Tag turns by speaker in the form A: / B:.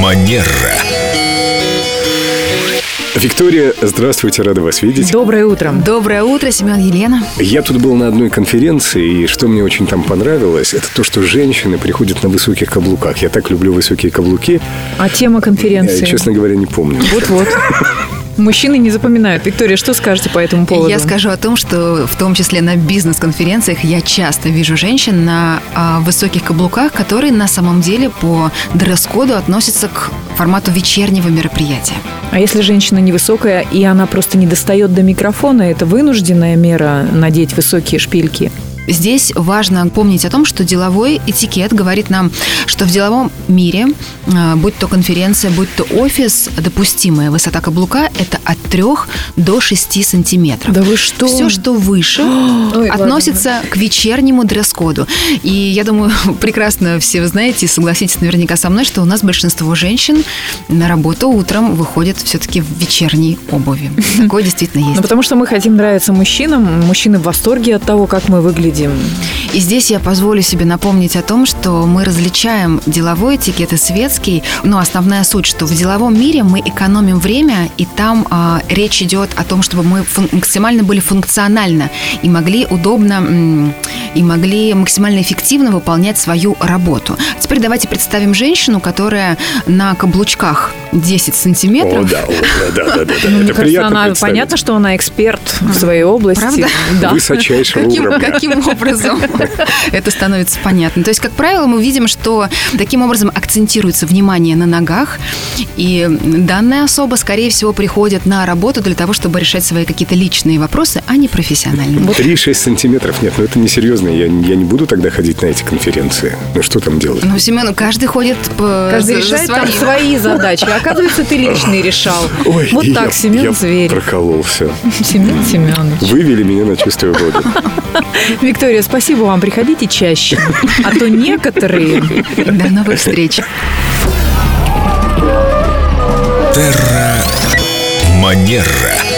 A: Премьера.
B: Виктория, здравствуйте, рада вас видеть.
C: Доброе утро.
D: Доброе утро, Семен Елена.
B: Я тут был на одной конференции, и что мне очень там понравилось, это то, что женщины приходят на высоких каблуках. Я так люблю высокие каблуки.
C: А тема конференции?
B: Я, честно говоря, не помню.
C: Вот-вот. Мужчины не запоминают. Виктория, что скажете по этому поводу?
D: Я скажу о том, что в том числе на бизнес-конференциях я часто вижу женщин на а, высоких каблуках, которые на самом деле по дресс-коду относятся к формату вечернего мероприятия.
C: А если женщина невысокая, и она просто не достает до микрофона, это вынужденная мера надеть высокие шпильки?
D: Здесь важно помнить о том, что деловой этикет говорит нам, что в деловом мире, э, будь то конференция, будь то офис, допустимая высота каблука – это от 3 до 6 сантиметров.
C: Да вы что?
D: Все, что выше,
C: Ой,
D: относится к вечернему дресс-коду. И я думаю, прекрасно все вы знаете и согласитесь наверняка со мной, что у нас большинство женщин на работу утром выходят все-таки в вечерней обуви. Такое действительно есть.
C: Ну, потому что мы хотим нравиться мужчинам. Мужчины в восторге от того, как мы выглядим.
D: И здесь я позволю себе напомнить о том, что мы различаем деловой этикет и светский, но основная суть, что в деловом мире мы экономим время, и там а, речь идет о том, чтобы мы фун- максимально были функционально и могли удобно м, и могли максимально эффективно выполнять свою работу. Теперь давайте представим женщину, которая на каблучках 10
B: О,
D: сантиметров.
B: да, о, да, да, да, да.
C: Ну, мне
B: Это
C: кажется,
B: приятно
C: она,
B: представить.
C: понятно, что она эксперт в своей области.
D: Правда?
C: Да.
B: Высочайшего
D: Каким,
B: уровня.
D: каким образом это становится понятно? То есть, как правило, мы видим, что таким образом акцентируется внимание на ногах, и данная особа, скорее всего, приходит на работу для того, чтобы решать свои какие-то личные вопросы, а не профессиональные.
B: 3-6 сантиметров. Нет, ну это несерьезно. Я, я не буду тогда ходить на эти конференции. Ну что там делать?
D: Ну, Семен, каждый ходит по
C: Каждый
D: за- за
C: решает там
D: своим.
C: свои задачи. Оказывается, ты личный решал. Ну, вот
B: и
C: так,
B: я-
C: Семен
B: я
C: Зверь.
B: прокололся.
C: Семен Семенович.
B: Вывели меня на чистую воду.
C: Виктория, спасибо вам. Приходите чаще. А то некоторые
D: До новых встреч.
A: Манера.